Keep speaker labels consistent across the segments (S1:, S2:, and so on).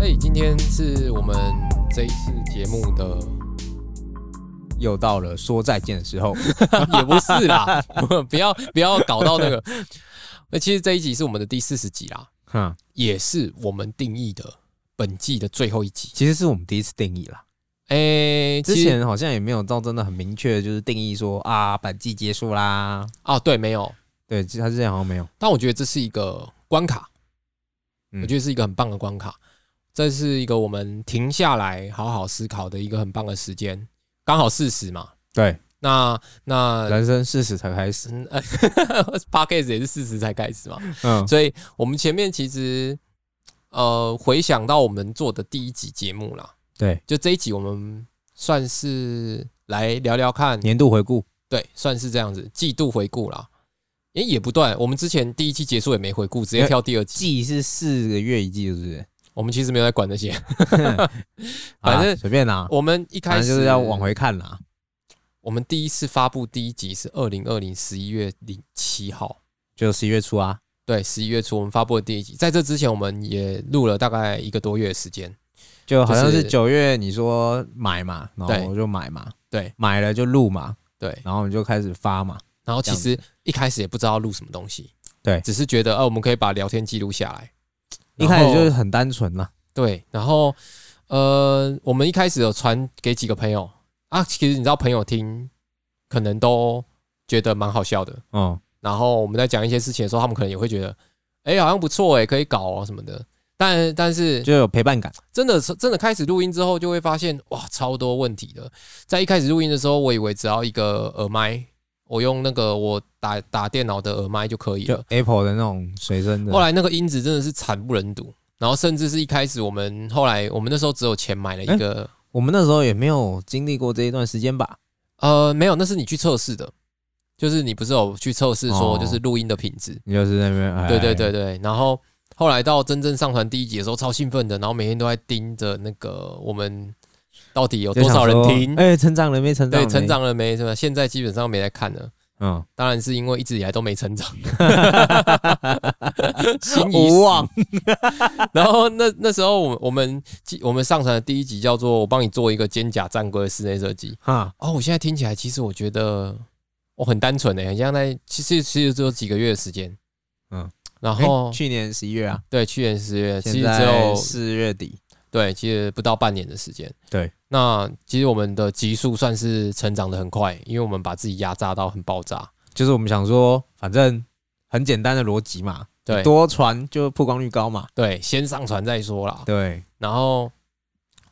S1: 哎今天是我们这一次节目的，
S2: 又到了说再见的时 候，
S1: 也不是啦， 不要不要搞到那个。 那其实这一集是我们的第四十集啦，
S2: 哼，
S1: 也是我们定义的本季的最后一集。
S2: 其实是我们第一次定义啦。
S1: 诶、
S2: 之
S1: 其实
S2: 前好像也没有到真的很明确，就是定义说啊，本季结束啦。
S1: 啊，对，没有，
S2: 对，其实他之前好像没有。
S1: 但我觉得这是一个关卡，
S2: 嗯
S1: 我觉得是一个很棒的关卡，这是一个我们停下来好好思考的一个很棒的时间，刚好四十嘛。
S2: 对，
S1: 那 那
S2: 人生四十才开始。
S1: 嗯 p o d c a s t 也是四十才开始嘛，
S2: 嗯，
S1: 所以我们前面其实呃回想到我们做的第一集节目啦，
S2: 对，
S1: 就这一集我们算是来聊聊看，
S2: 年度回顾。
S1: 对，算是这样子季度回顾啦。也也不断，我们之前第一期结束也没回顾，直接跳第二季。
S2: 季是四个月一季，是不是？
S1: 我们其实没有在管那些，
S2: 好啦
S1: 反正
S2: 随便啦，
S1: 我们一开
S2: 啊反
S1: 始
S2: 正就是要往。回看啦。
S1: 我们第一次发布第一集是二零二零十一月零七号，
S2: 就十一月初啊，
S1: 对，十一月初我们发布的第一集。在这之前，我们也录了大概一个多月的时间。
S2: 就好像
S1: 就是
S2: 是九月你说买嘛，然
S1: 对
S2: 后我就买嘛，
S1: 对
S2: 买了就录嘛，
S1: 对，
S2: 然后我们就开始发嘛。
S1: 然后其
S2: 这
S1: 实一开始也不知道录什么东西，
S2: 对
S1: 只是觉得呃，我们可以把聊天记录下来。
S2: 一开始就是
S1: 然后
S2: 很单纯啦，
S1: 对，然后呃，我们一开始有传给几个朋友啊，其实你知道朋友听可能都觉得蛮好笑的，
S2: 嗯，
S1: 然后我们在讲一些事情的时候，他们可能也会觉得，哎、好像不错哎、可以搞哦、什么的。但但是
S2: 就有陪伴感。
S1: 真的真的开始录音之后，就会发现哇，超多问题的。在一开始录音的时候，我以为只要一个耳麦，我用那个我打打电脑的耳麦就可以
S2: 就
S1: 了。
S2: Apple 的那种随身的。
S1: 后来那个音质真的是惨不忍睹，然后甚至是一开始我们后来我们那时候只有钱买了一个，
S2: 我们那时候也没有经历过这一段时间吧？
S1: 呃，没有，那是你去测试的，就是你不是有去测试说
S2: 哦
S1: 就是录音的品质，
S2: 你就是那边，哎
S1: 对对对，对，然后后来到真正上传第一集的时候，超兴奋的，然后每天都在盯着那个我们到底有
S2: 就
S1: 多
S2: 想
S1: 少人
S2: 说
S1: 听，
S2: 哎，成长了没？成长
S1: 对，
S2: 了没
S1: 成，长了没？是吧？现在基本上没来看了，
S2: 嗯，
S1: 当然是因为一直以来都没 成长，心已死
S2: 无望。
S1: 然后那那时候我我们我们上传的第一集叫做“我帮你做一个肩胛战规的室内设计
S2: 哈”。，
S1: 哦，我现在听起来其实我觉得我很单纯诶、欸很像在其实其实只有几个月的时间，嗯
S2: 嗯，
S1: 然后、
S2: 哎去年十一月啊，
S1: 对去年十月，其
S2: 现
S1: 实只
S2: 在
S1: 有
S2: 四月底，
S1: 对，其实不到半年的时间。
S2: 对，
S1: 那其实我们的集数算是成长的很快，因为我们把自己压榨到很爆炸。
S2: 就是我们想说，反正很简单的逻辑嘛，
S1: 对
S2: 多传就曝光率高嘛，
S1: 对，先上传再说啦。
S2: 对，
S1: 然后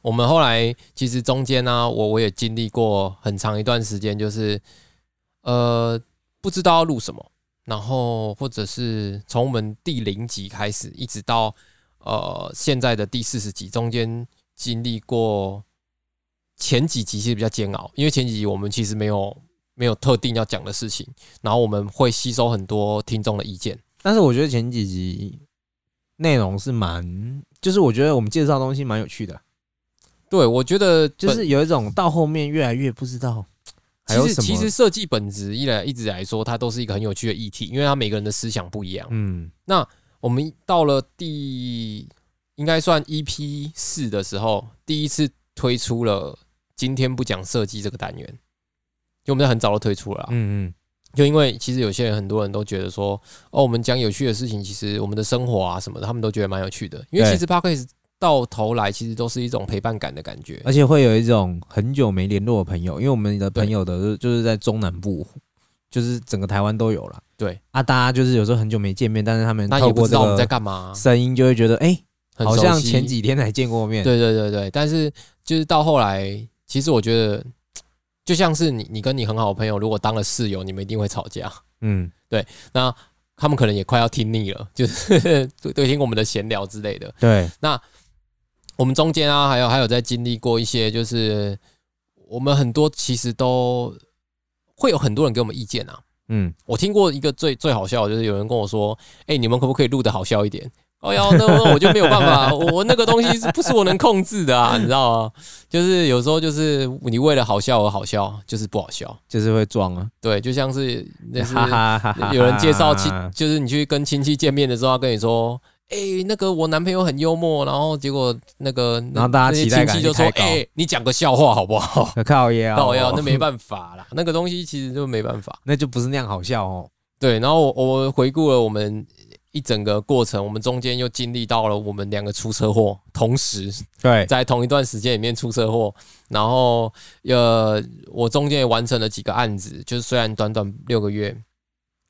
S1: 我们后来其实中间呢、我我也经历过很长一段时间，就是呃不知道要录什么，然后或者是从我们第零集开始，一直到呃现在的第四十集，中间经历过前几集其实比较煎熬，因为前几集我们其实没有没有特定要讲的事情，然后我们会吸收很多听众的意见。
S2: 但是我觉得前几集内容是蛮，就是我觉得我们介绍的东西蛮有趣的，
S1: 对，我觉得
S2: 就
S1: 本
S2: 是有一种到后面越来越不知道还有
S1: 其实
S2: 什么，
S1: 其实设计本质一来一直来说，它都是一个很有趣的议题，因为它每个人的思想不一样。
S2: 嗯，
S1: 我们到了第应该算 EP 四的时候，第一次推出了今天不讲设计这个单元，就我们在很早就推出了啦啊
S2: 嗯嗯，
S1: 就因为其实有些人很多人都觉得说，哦，我们讲有趣的事情，其实我们的生活啊什么的，他们都觉得蛮有趣的。因为
S2: 对
S1: 其实 Podcast 到头来其实都是一种陪伴感的感觉。
S2: 而且会有一种很久没联络的朋友，因为我们的朋友的就是在中南部，就是整个台湾都有了。
S1: 对
S2: 啊，大家就是有时候很久没见面，但是他们
S1: 那
S2: 透
S1: 也不
S2: 过
S1: 知
S2: 这
S1: 道我们在
S2: 个
S1: 干嘛、
S2: 声音就会觉得，哎、
S1: 很
S2: 好
S1: 熟
S2: 像
S1: 悉
S2: 前几天才见过面。，
S1: 对对对对，但是就是到后来，其实我觉得，就像是你你跟你很好的朋友，如果当了室友，你们一定会吵架。
S2: 嗯，
S1: 那他们可能也快要听腻了，就是 对对听我们的闲聊之类的。
S2: 对，
S1: 我们中间啊，还有还有在经历过一些，就是我们很多其实都会有很多人给我们意见啊。
S2: 嗯，
S1: 我听过一个最最好笑的，就是有人跟我说：“哎、你们可不可以录的好笑一点？”哦哟，那那我就没有办 法，我我那个东西是不是我能控制的啊？你知道吗？就是有时候就是你为了好笑而好笑，就是不好笑。
S2: 就是会撞啊，
S1: 对，就像是那是
S2: 哈哈哈哈哈哈
S1: 有人介绍亲，就是你去跟亲戚见面的时候，他跟你说：“哎、那个我男朋友很幽默，然后结果那个那
S2: 然后大家
S1: 那些
S2: 期待
S1: 亲
S2: 感
S1: 戚就
S2: 就
S1: 说
S2: 开：“高
S1: 哎、你讲个笑话好不好
S2: 靠 腰？”哦
S1: 到要那没办法啦，那个东西其实就没办法。
S2: 那就不是那样好笑哦。
S1: 对，然后我我回顾了我们一整个过程，我们中间又经历到了我们两个出车祸，同时
S2: 对，
S1: 在同一段时间里面出车祸，然后呃，我中间也完成了几个案子，就是虽然短短六个月，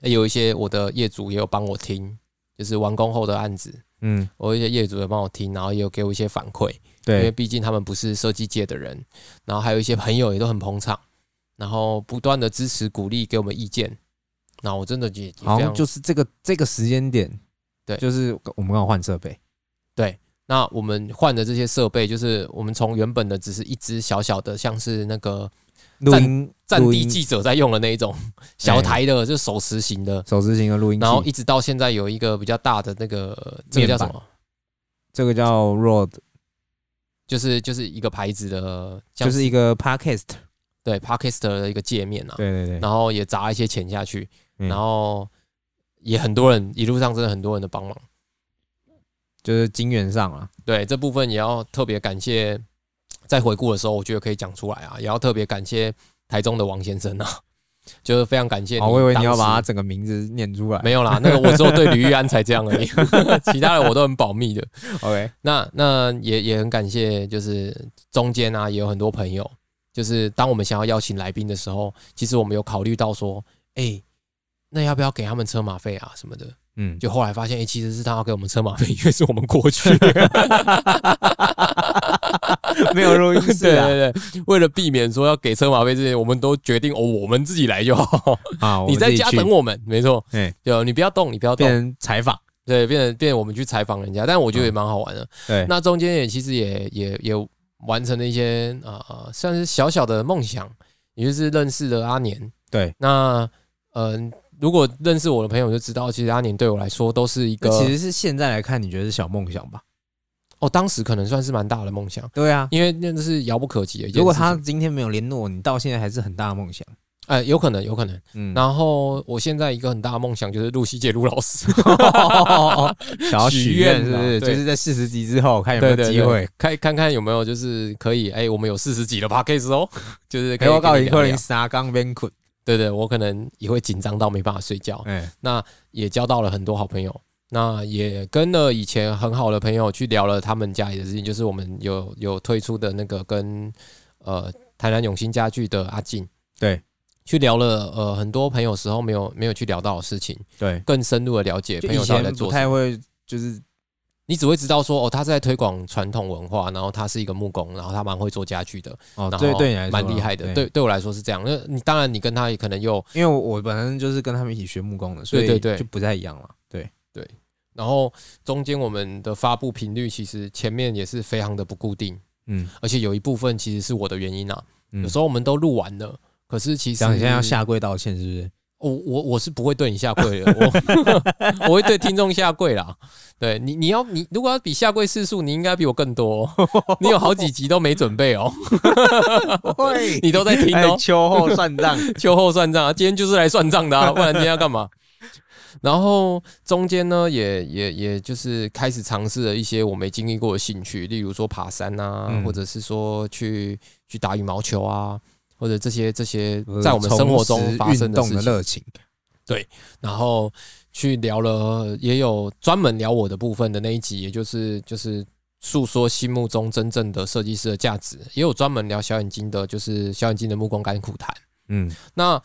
S1: 有一些我的业主也有帮我听，就是完工后的案子，
S2: 嗯，
S1: 我有一些业主也帮我听，然后也有给我一些反馈，因为
S2: 对，
S1: 毕竟他们不是设计界的人，然后还有一些朋友也都很捧场，然后不断的支持鼓励，给我们意见。那我真的也也非
S2: 好像
S1: 常
S2: 就是这个这个时间点，
S1: 对
S2: 就是我们刚好换设备，
S1: 那我们换的这些设备，就是我们从原本的只是一只小小的，像是那个
S2: 录音
S1: 战
S2: 录
S1: 地
S2: 音
S1: 记者在用的那一种小台的，就手持型的，
S2: 手持型的录音器，
S1: 然后一直到现在有一个比较大的那个，这个
S2: 嗯面
S1: 叫
S2: 板
S1: 什么？
S2: 这个叫 Road，
S1: 就是就是一个牌子的，像
S2: 就是一个 Podcast，
S1: 对 p a r k e s t 的一个界面啊，
S2: 对对对，
S1: 然后也砸一些钱下去，
S2: 嗯
S1: 然后也很多人一路上真的很多人的帮忙，
S2: 就是金源上啊，
S1: 对这部分也要特别感谢，在回顾的时候我觉得可以讲出来啊，也要特别感谢台中的王先生啊，就是非常感谢你
S2: 哦，我以为你要
S1: 当时
S2: 把它整个名字念出来，
S1: 没有啦，那个我只有对吕玉安才这样而已， 其他的我都很保密的。
S2: ，OK，
S1: 那那也也很感谢，就是中间啊也有很多朋友，就是当我们想要邀请来宾的时候，其实我们有考虑到说，哎、那要不要给他们车马费啊什么的？
S2: 嗯，
S1: 就后来发现，哎、其实是他要给我们车马费，因为是我们过去。
S2: 没有录音室
S1: 对
S2: 啊，
S1: 对对，为了避免说要给车马费这些，我们都决定哦，我们自己来就好。
S2: 啊，
S1: 你在家等
S2: 我
S1: 我们，没错。
S2: 们自己去，哎，
S1: 就你不要动，你不要动
S2: 变。成采访，
S1: 对，变成变成我们去采访人家，但我觉得也蛮好玩的。
S2: 对，
S1: 那中间也其实也也也完成了一些呃，算是小小的梦想，也就是认识了阿年。
S2: 对，
S1: 那嗯、如果认识我的朋友就知道，其实阿年对我来说都是一个
S2: 那，其实是现在来看，你觉得是小梦想吧？
S1: 哦，当时可能算是蛮大的梦想，
S2: 对啊，
S1: 因为那是遥不可及的一件事情。
S2: 如果他今天没有联络你，到现在还是很大的梦想。
S1: 呃，有可能，有可能。
S2: 嗯，
S1: 然后我现在一个很大的梦想就是录西界陆老师，
S2: 想要许愿是
S1: 许愿
S2: 不是？
S1: 啊对
S2: 就是在四十集之后看有没有
S1: 对对
S2: 机会。
S1: 看看看有没有就是可以，哎、我们有四十集的 p a c k a g e 哦，就是可以
S2: 给哎我告
S1: 跟
S2: 一
S1: 你聊
S2: 个
S1: 聊
S2: 零沙刚边困，
S1: 对对，我可能也会紧张到没办法睡觉，
S2: 哎，
S1: 那也交到了很多好朋友，那也跟了以前很好的朋友去聊了他们家里的事情，就是我们有有推出的那个跟呃台南永兴家具的阿进，
S2: 对，
S1: 去聊了呃很多朋友时候没有没有去聊到的事情，
S2: 对，
S1: 更深入的了解
S2: 就
S1: 朋
S2: 以
S1: 友到底在
S2: 前
S1: 做
S2: 不
S1: 什么。
S2: 太会，就是
S1: 你只会知道说哦，他是在推广传统文化，然后他是一个木工，然后他蛮会做家具的，
S2: 哦，
S1: 然
S2: 对
S1: 后
S2: 对你来说
S1: 蛮厉害的。对，对我来说是这样。那你当然你跟他也可能又
S2: 因为我我本身就是跟他们一起学木工的，所
S1: 对
S2: 以
S1: 对对
S2: 就不太一样了。对，
S1: 然后中间我们的发布频率其实前面也是非常的不固定，
S2: 嗯，
S1: 而且有一部分其实是我的原因啊。
S2: 嗯
S1: 有时候我们都录完了，可是其实
S2: 想现在要下跪道歉是不 是？
S1: 我我我是不会对你下跪的，我 我会对听众下跪啦。对你你要你如果要比下跪次数，你应该比我更多哦、 你有好几集都没准备哦，
S2: 会
S1: 你都在听哦。
S2: 哎秋后 算 账，
S1: 秋后算账啊，今天就是来算账的 啊，不然今天要干嘛？然后中间呢，也也也就是开始尝试了一些我没经历过的兴趣，例如说爬山啊，
S2: 嗯
S1: 或者是说去去打羽毛球啊，或者这些这些
S2: 就是
S1: 在我们生活
S2: 重拾
S1: 中发生
S2: 运
S1: 的
S2: 动
S1: 事
S2: 的
S1: 情。
S2: 热情。
S1: 然后去聊了，也有专门聊我的部分的那一集，也就是就是诉说心目中真正的设计师的价值，也有专门聊小眼睛的，就是小眼睛的目光甘苦谈。
S2: 嗯，
S1: 那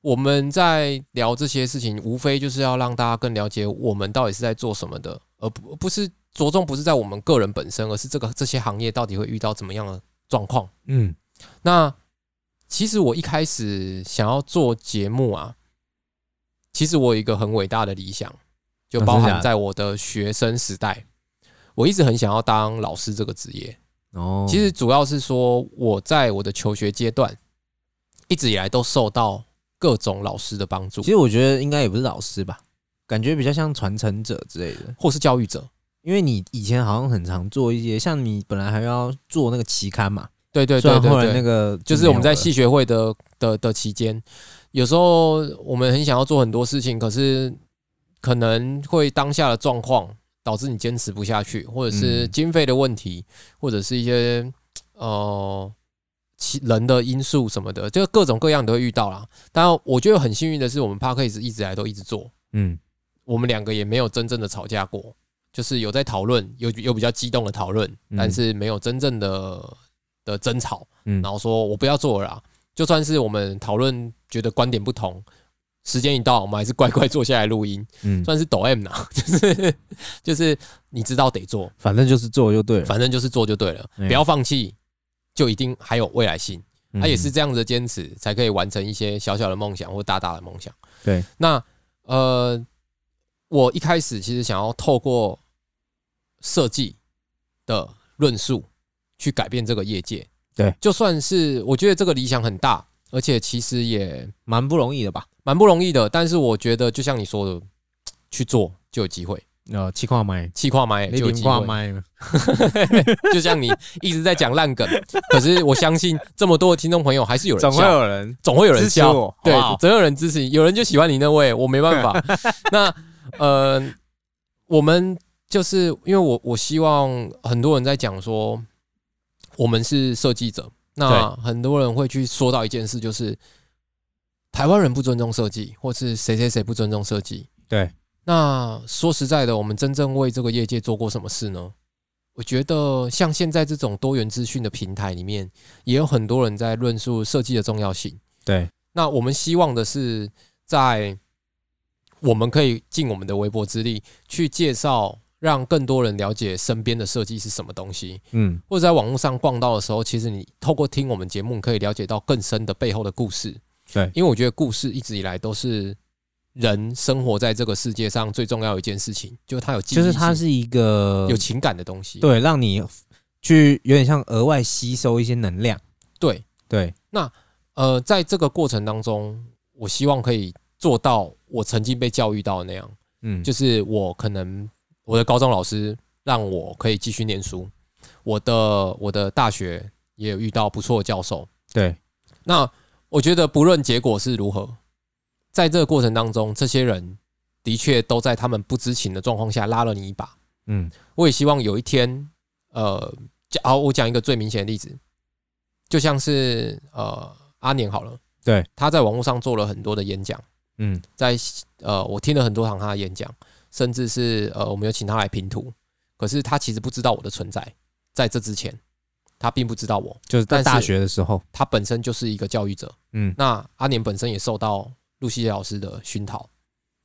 S1: 我们在聊这些事情，无非就是要让大家更了解我们到底是在做什么的，而不不是着重不是在我们个人本身，而是这个这些行业到底会遇到怎么样的状况。
S2: 嗯，
S1: 那其实我一开始想要做节目啊，其实我有一个很伟大的理想，就
S2: 啊
S1: 包
S2: 真的假
S1: 含
S2: 的
S1: 在我的学生时代，我一直很想要当老师这个职业。
S2: 哦，
S1: 其实主要是说我在我的求学阶段，一直以来都受到各种老师的帮助
S2: 其，实我觉得应该也不是老师吧，感觉比较像传承者之类的。
S1: 或是教育者。
S2: 因为你以前好像很常做一些，像你本来还要做那个期刊嘛，
S1: 对对
S2: 虽
S1: 对
S2: 然后
S1: 对
S2: 来那
S1: 对，
S2: 个
S1: 就是我们在
S2: 系
S1: 系学会的的的期间，有时候我们很想要做很多事情，可是可能会当下的状况导致你坚持不下去，或者是
S2: 嗯
S1: 经费的问题，或者是一些呃其人的因素什么的，就各种各样都会遇到啦。但我觉得很幸运的是，我们 p a r k a s 一直以来都一直做，
S2: 嗯
S1: 我们两个也没有真正的吵架过，就是有在讨论，有有比较激动的讨论，
S2: 嗯
S1: 但是没有真正的的争吵。
S2: 嗯
S1: 然后说我不要做了啦。就算是我们讨论觉得观点不同，时间一到，我们还是乖乖坐下来录音，
S2: 嗯，
S1: 算是抖 M 啦， 就是就是你知道得做，
S2: 反正就是做就对了，
S1: 反正就是做就对了，
S2: 嗯
S1: 不要放弃，就一定还有未来性。
S2: 嗯
S1: 他也是这样子的坚持，才可以完成一些小小的梦想或大大的梦想。
S2: 对，
S1: 那呃，我一开始其实想要透过设计的论述去改变这个业界。
S2: 对，
S1: 就算是我觉得这个理想很大，而且其实也
S2: 蛮不容易的吧？
S1: 蛮不容易的。但是我觉得，就像你说的，去做就有机会，
S2: 呃，气矿麦，
S1: 气跨买
S2: 你
S1: 就有
S2: 点
S1: 机
S2: 挂
S1: 会。
S2: 麦吗？
S1: 就像你一直在讲烂梗，可是我相信这么多的听众朋友还是有人
S2: 总会
S1: 笑，
S2: 有人
S1: 总会有人
S2: 支持
S1: 笑。
S2: 我，
S1: 对
S2: 好不好，
S1: 总有人支持你，有人就喜欢你那位，我没办法。 那呃，我们就是因为我我希望很多人在讲说，我们是设计者，那很多人会去说到一件事，就是台湾人不尊重设计，或是谁谁谁不尊重设计。
S2: 对，
S1: 那说实在的，我们真正为这个业界做过什么事呢？我觉得像现在这种多元资讯的平台里面，也有很多人在论述设计的重要性。
S2: 对，
S1: 那我们希望的是，在我们可以尽我们的微薄之力去介绍，让更多人了解身边的设计是什么东西，
S2: 嗯
S1: 或者在网络上逛到的时候，其实你透过听我们节目，你可以了解到更深的背后的故事。
S2: 对
S1: 因为我觉得故事一直以来都是人生活在这个世界上最重要的一件事情，就是它有记忆
S2: 就
S1: 性，
S2: 是它是一个
S1: 有情感的东西。
S2: 对，让你去有点像额外吸收一些能量。
S1: 对，
S2: 对，
S1: 呃，在这个过程当中，我希望可以做到我曾经被教育到的那样。
S2: 嗯，
S1: 就是我可能我的高中老师让我可以继续念书，我的我的大学也有遇到不错的教授。
S2: 对，
S1: 那我觉得不论结果是如何，在这个过程当中，这些人的确都在他们不知情的状况下拉了你一把。
S2: 嗯
S1: 我也希望有一天，呃，讲好，我讲一个最明显的例子，就像是呃阿年好了，
S2: 对，
S1: 他在网络上做了很多的演讲。
S2: 嗯
S1: 在呃，我听了很多堂他的演讲，甚至是呃，我们有请他来拼图，可是他其实不知道我的存在，在这之前，他并不知道我，
S2: 就是
S1: 但
S2: 在
S1: 是
S2: 大学的时候，
S1: 他本身就是一个教育者。
S2: 嗯
S1: 那阿年本身也受到陆西杰老师的熏陶，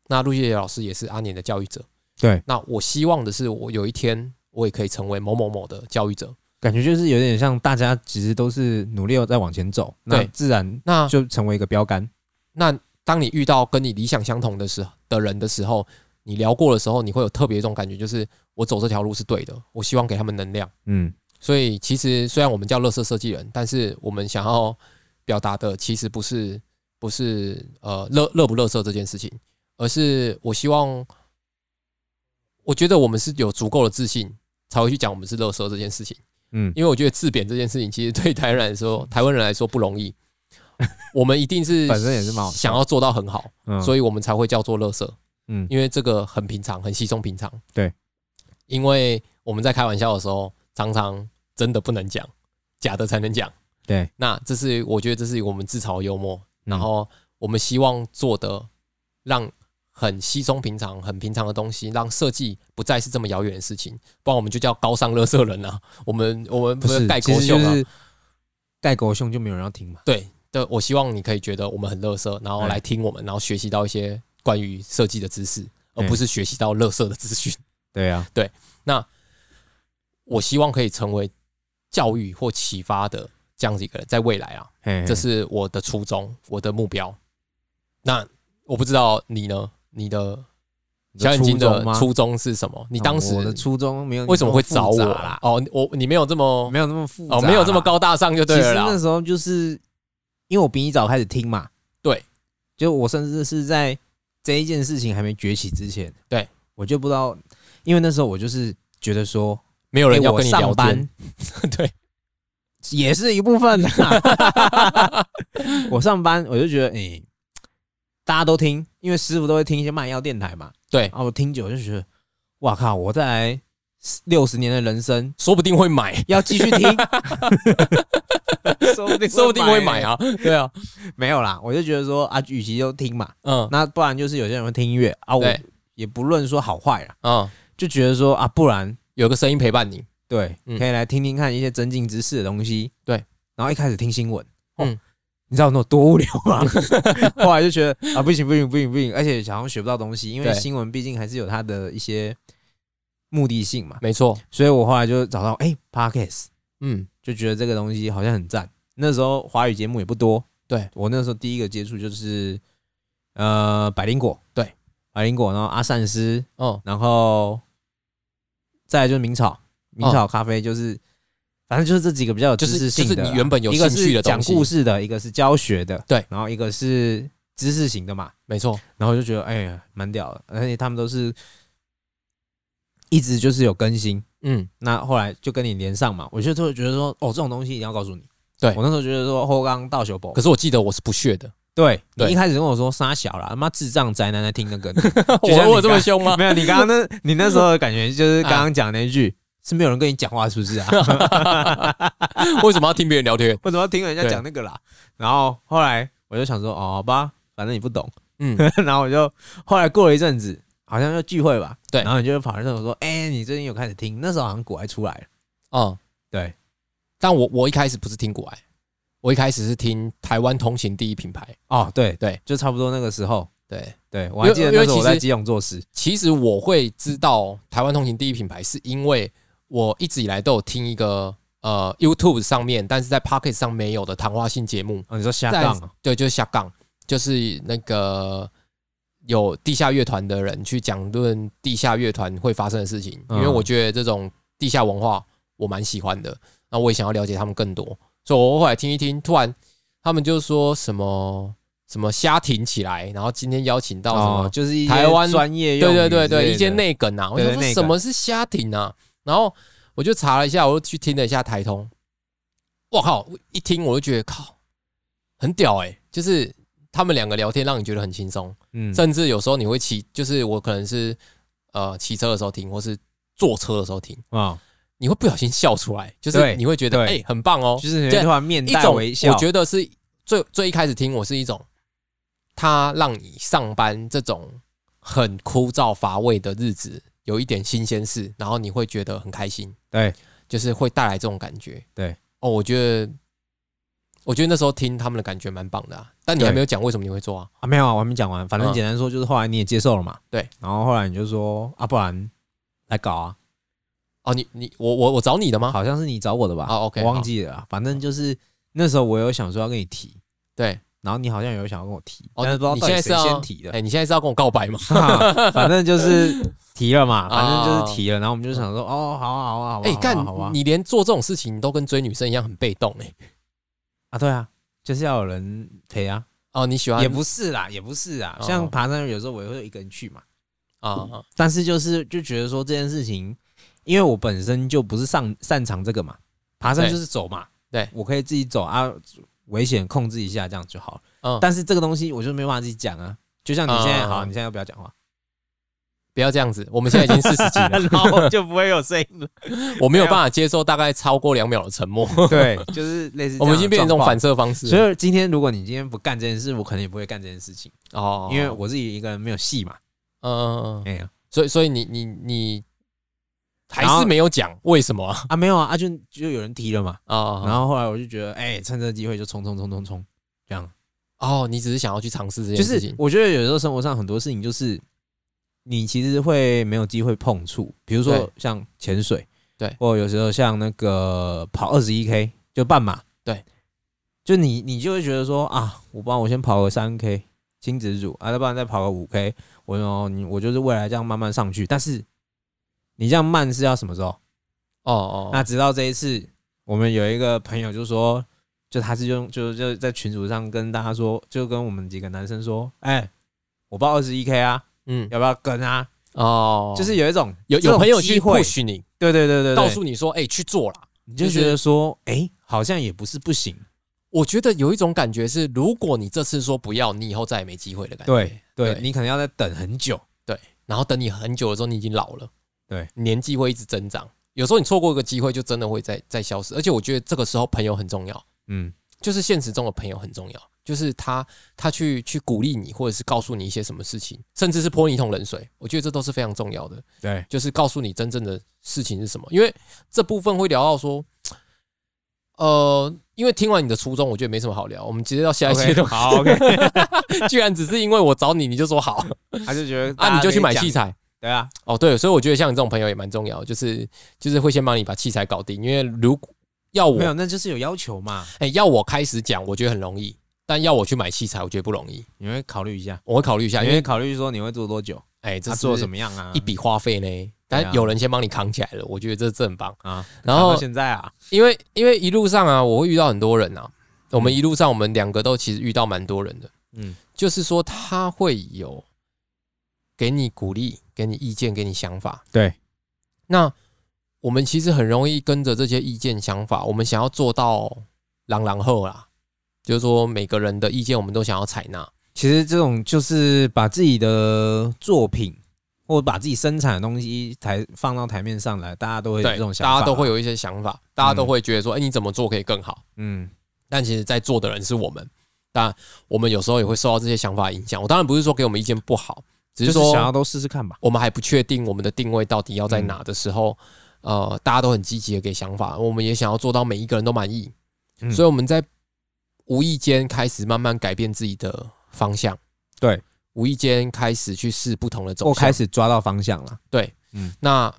S1: 那陆西杰老师也是阿年的教育者。
S2: 对，
S1: 那我希望的是，我有一天我也可以成为某某某的教育者。
S2: 感觉就是有点像大家其实都是努力地在往前走，那
S1: 对
S2: 自然
S1: 那
S2: 就成为一个标杆。
S1: 那当你遇到跟你理想相同的时的人的时候，你聊过的时候，你会有特别一种感觉，就是我走这条路是对的，我希望给他们能量。
S2: 嗯，
S1: 所以其实虽然我们叫乐色设计人，但是我们想要表达的其实不是不是呃乐乐不乐色这件事情，而是我希望，我觉得我们是有足够的自信才会去讲我们是乐色这件事情。
S2: 嗯
S1: 因为我觉得自贬这件事情，其实对台湾人来 说，台湾人来说不容易。我们一定是
S2: 本身也是蛮好笑
S1: 想要做到很好，
S2: 嗯，
S1: 所
S2: 以
S1: 以我们才会叫做乐色，
S2: 嗯
S1: 因为这个很平常，很稀松平常。
S2: 对，
S1: 因为我们在开玩笑的时候，常常真的不能讲，假的才能讲。
S2: 对，
S1: 那这是我觉得这是我们自嘲幽默，然
S2: 嗯
S1: 后我们希望做的让很稀松平常、很平常的东西，让设计不再是这么遥远的事情，不然我们就叫高尚乐色人啊。我们我们
S2: 不是
S1: 盖
S2: 其
S1: 国
S2: 实
S1: 秀
S2: 就
S1: 啊，
S2: 是盖狗胸就没有人要听嘛。
S1: 对对，我希望你可以觉得我们很乐色，然后
S2: 哎
S1: 来听我们，然后学习到一些关于设计的知识，而
S2: 哎
S1: 不是学习到乐色的资讯。
S2: 对啊，
S1: 我希望可以成为教育或启发的这样子一个人，在未来啊，
S2: 嘿嘿
S1: 这是我的初衷，我的目标。那我不知道你呢？你的
S2: 你
S1: 小眼睛
S2: 初
S1: 的
S2: 衷吗
S1: 初衷是什么？你
S2: 哦
S1: 当时
S2: 我的初衷没有你
S1: 为什么会找我
S2: 那么复杂啦？
S1: 哦，我你没有这么
S2: 没有那么复杂
S1: 哦，
S2: 啦
S1: 没有这么。高大上就对
S2: 其
S1: 了
S2: 实那
S1: 啦。
S2: 时候就是因为我比你早开始听嘛，
S1: 对，
S2: 就我甚至是在这一件事情还没崛起之前，
S1: 对
S2: 我就不知道，因为那时候我就是觉得说，
S1: 没有人
S2: 诶
S1: 要
S2: 哎我
S1: 跟你
S2: 上
S1: 聊天
S2: 班，
S1: 对，
S2: 也是一部 分啦。我上班我就觉得，哎、大家都听，因为师傅都会听一些卖药电台嘛，
S1: 对
S2: 啊，我听久了就觉得，哇靠，我再来六十年的人生
S1: 说不定会 买，
S2: 要继续听，说不定
S1: 说不定会买啊，
S2: 欸
S1: 对啊，
S2: 没有啦，我就觉得说啊，与其就听嘛，
S1: 嗯
S2: 那不然就是有些人会听音乐啊，我
S1: 对
S2: 也不论说好坏啦，
S1: 嗯，
S2: 就觉得说啊，不然
S1: 有个声音陪伴你，
S2: 对，
S1: 嗯
S2: 可以来听听看一些增进知识的东西。
S1: 对，
S2: 然后一开始听新闻，哦、
S1: 嗯
S2: 你知道我有多无聊吗？ 后来就觉得啊，不行不行不行不行，而且好像学不到东西，因为
S1: 对
S2: 新闻毕竟还是有它的一些目的性嘛。
S1: 没错，
S2: 所以我后来就找到哎、p o d c a s t
S1: 嗯，
S2: 就觉得这个东西好像很赞。那时候华语节目也不多，
S1: 对
S2: 我那时候第一个接触就是呃百灵果，
S1: 对
S2: 百灵果，然后阿善师，
S1: 哦，
S2: 然后再来就是明炒，明炒咖啡就是，反正就是这几个比较有
S1: 就
S2: 知识
S1: 是就
S2: 性的
S1: 是
S2: 啦。
S1: 你原本有
S2: 一个
S1: 兴趣
S2: 是
S1: 的
S2: 讲
S1: 东西
S2: 故，事的，一个是教学的，
S1: 对，
S2: 然后一个是知识型的嘛，
S1: 没错，
S2: 然后就觉得哎呀蛮屌的，而且他们都是一直就是有更新。
S1: 嗯，
S2: 那后来就跟你连上嘛，我就突然觉得说，哦，这种东西一定要告诉你。
S1: 对
S2: 我那时候觉得说，后刚到修博，
S1: 可是我记得我是不屑的，
S2: 对你
S1: 对
S2: 一开始跟我说杀小啦，他妈智障宅男在 听那个，
S1: 我
S2: 像你
S1: 我有这么
S2: 刚
S1: 凶吗？
S2: 没有，你刚刚那，你那时候的感觉就是
S1: 啊
S2: 刚刚讲那一句，是没有人跟你讲话，是不是啊？
S1: 为什么要听别人聊天？
S2: 为什么要听人家讲那个啦？然后后来我就想说，哦，好吧，反正你不懂。
S1: 嗯，
S2: 然后我就后来过了一阵子，好像要聚会吧，
S1: 对
S2: 然后你就跑来跟我说，哎、你最近有开始听？那时候好像古埃出来了，
S1: 嗯，
S2: 对。
S1: 但我我一开始不是听古癌，我一开始是听台湾通勤第一品牌。
S2: 哦，对
S1: 对，
S2: 就差不多那个时候。
S1: 对，
S2: 对，我还记得
S1: 因为
S2: 那时候我
S1: 因为其实
S2: 在基隆做事。
S1: 其实我会知道台湾通勤第一品牌，是因为我一直以来都有听一个呃 YouTube 上面，但是在 Pocket 上没有的谈话性节目，
S2: 哦，你说下
S1: 在
S2: 杠啊？
S1: 对，就是下杠，就是那个有地下乐团的人去讲论地下乐团会发生的事情，因为
S2: 嗯
S1: 我觉得这种地下文化我蛮喜欢的，那我也想要了解他们更多，所以我后来听一听，突然他们就说什么什么瞎挺起来，然后今天邀请到什么
S2: 哦，就是一些
S1: 台湾
S2: 专业用语
S1: 对对对
S2: 之类
S1: 对，
S2: 的
S1: 一间内梗啊，我
S2: 对
S1: 想说
S2: 内梗
S1: 什么是虾艇啊？然后我就查了一下，我又去听了一下台通，我靠，我一听我就觉得靠，很屌哎、就是他们两个聊天让你觉得很轻松，
S2: 嗯
S1: 甚至有时候你会骑，就是我可能是呃骑车的时候听，或是坐车的时候听，
S2: 啊，
S1: 你会不小心笑出来，就
S2: 对
S1: 是你会觉得哎、
S2: 对
S1: 很棒哦，
S2: 就是你会突然面
S1: 一
S2: 带
S1: 种
S2: 微笑。
S1: 我觉得是最最一开始听我是一种，它让你上班这种很枯燥乏味的日子有一点新鲜事，然后你会觉得很开心，
S2: 对，
S1: 就是会带来这种感觉。
S2: 对，
S1: 哦，我觉得，我觉得那时候听他们的感觉蛮棒的啊。但你还
S2: 对
S1: 没有讲为什么你会做啊？
S2: 啊，没有啊，我还没讲完。反正
S1: 嗯
S2: 简单说，就是后来你也接受了嘛。
S1: 对，
S2: 然后后来你就说啊，不然来搞啊，
S1: 哦，你你我我我找你的吗？
S2: 好像是你找我的吧？
S1: 好，OK，哦
S2: 我忘
S1: 好
S2: 记了啊啦。反正就是那时候我有想说要跟你提，
S1: 对，
S2: 然后你好像有想要跟我提，
S1: 哦，
S2: 但是不知道
S1: 你
S2: 到
S1: 现
S2: 底
S1: 在是
S2: 谁
S1: 要
S2: 先提的
S1: 哎、。你现在是要跟我告白吗？
S2: 哈反正就是提了嘛，反正就是
S1: 啊
S2: 提了。然后我们就想说，哦，好啊，好啊，好啊，
S1: 哎、
S2: 好啊
S1: 干、
S2: 好啊
S1: 你连做这种事情你都跟追女生一样很被动哎、
S2: 啊，对啊，就是要有人陪啊。
S1: 哦，你喜欢
S2: 也不是啦，也不是啦。
S1: 哦
S2: 像爬山有时候我也会一个人去嘛，
S1: 啊啊
S2: 但是就是就觉得说这件事情，因为我本身就不是上擅长这个嘛，爬山
S1: 对
S2: 就是走嘛，
S1: 对
S2: 我可以自己走啊，危险控制一下这样就好了。
S1: 嗯
S2: 但是这个东西我就没有办法自己讲啊，就像你现在、
S1: 嗯
S2: 好，你现在要不 要讲话，
S1: 不要这样子，我们现在已经四十级 了，
S2: 后就不会有声音了。
S1: 我没有办法接受大概超过两秒的沉默，
S2: 对，啊就是类似这样
S1: 我
S2: 的
S1: 们已经变成这种反射方式
S2: 状
S1: 了。
S2: 况。所以今天如果你今天不干这件事，我可能也不会干这件事情，
S1: 哦
S2: 因为我自己一个人没有戏嘛。
S1: 嗯嗯，嗯
S2: 哎呀
S1: 所以所以你你你还
S2: 然后
S1: 是没有讲为什么啊
S2: 啊，没有啊，啊就就有人提了嘛，
S1: 哦？
S2: 然后后来我就觉得，哎、趁这个机会就冲冲冲冲冲，这样。
S1: 哦，你只是想要去尝试这
S2: 就
S1: 件事
S2: 是
S1: 情，
S2: 我觉得有时候生活上很多事情，就是你其实会没有机会碰触，比如说
S1: 对
S2: 像潜水，
S1: 对
S2: 或有时候像那个跑二十一 K 就半马，
S1: 对，
S2: 就你你就会觉得说啊，我不然我先跑个三 K 亲子组啊，要不然再跑个五 K，我哦你我就是未来这样慢慢上去，但是你这样慢是要什么时候？
S1: 哦哦，
S2: 那直到这一次，我们有一个朋友就说，就他是用就就在群组上跟大家说，就跟我们几个男生说，哎、我报二十一 K 啊，
S1: 嗯
S2: 要不要跟啊？
S1: 哦，
S2: 就是有一种
S1: 有
S2: 这种
S1: 有朋友去
S2: 机会，
S1: push 你，
S2: 对对对对对，
S1: 告诉你说，哎，去做啦。
S2: 你就觉得说，哎、好像也不是不行，
S1: 我觉得有一种感觉是，如果你这次说不要，你以后再也没机会的感觉。
S2: 哎对对，
S1: 对
S2: 你可能要再等很久，
S1: 然后等你很久的时候，你已经老了。
S2: 对，
S1: 年纪会一直增长。有时候你错过一个机会，就真的会再再消失。而且我觉得这个时候朋友很重要，
S2: 嗯，
S1: 就是现实中的朋友很重要，就是他他去去鼓励你，或者是告诉你一些什么事情，甚至是泼你一桶冷水，我觉得这都是非常重要的。
S2: 对，
S1: 就是告诉你真正的事情是什么。因为这部分会聊到说，呃，因为听完你的初衷，我觉得没什么好聊，我们直接到下一阶
S2: OK，
S1: 段。
S2: 好 OK，
S1: 居然只是因为我找你，你就说好，
S2: 他就觉得大
S1: 啊，
S2: 家
S1: 你就去买
S2: 可以
S1: 器
S2: 讲，
S1: 材。
S2: 对啊，
S1: 哦，对，所以我觉得像你这种朋友也蛮重要，就是就是会先帮你把器材搞定，因为如果要我
S2: 没有，那就是有要求嘛，
S1: 哎、要我开始讲，我觉得很容易，但要我去买器材，我觉得不容易。
S2: 你会考虑一下，
S1: 我会考虑一下，
S2: 你
S1: 因
S2: 会
S1: 为
S2: 考虑说你会做多久，
S1: 哎、这
S2: 他
S1: 是
S2: 做怎么样啊？
S1: 一笔花费呢？
S2: 对啊
S1: 但有人先帮你扛起来了，我觉得这这很棒。
S2: 啊，
S1: 然
S2: 然后
S1: 后
S2: 现在啊，
S1: 因为因为一路上啊，我会遇到很多人啊，我们
S2: 嗯
S1: 一路上我们两个都其实遇到蛮多人的，
S2: 嗯
S1: 就是说他会有给你鼓励、给你意见、给你想法。
S2: 对，
S1: 那我们其实很容易跟着这些意见、想法，我们想要做到朗朗后啦，就是说每个人的意见我们都想要采纳。
S2: 其实这种就是把自己的作品或者把自己生产的东西台放到台面上来，大家都会有
S1: 对
S2: 这种，想法，
S1: 大家都会，有一些想法，大家都会觉得说，哎、你怎么做可以更好？
S2: 嗯，
S1: 但其实，在做的人是我们，但我们有时候也会受到这些想法影响。我当然不是说给我们意见不好，只
S2: 就是是
S1: 说
S2: 想要都试试看吧，
S1: 我们还不确定我们的定位到底要在
S2: 嗯
S1: 哪的时候，呃，大家都很积极的给想法，我们也想要做到每一个人都满意，
S2: 嗯
S1: 所以我们在无意间开始慢慢改变自己的方向，
S2: 对，
S1: 无意间开始去试不同的走
S2: 我
S1: 向，
S2: 开始抓到方向了，
S1: 那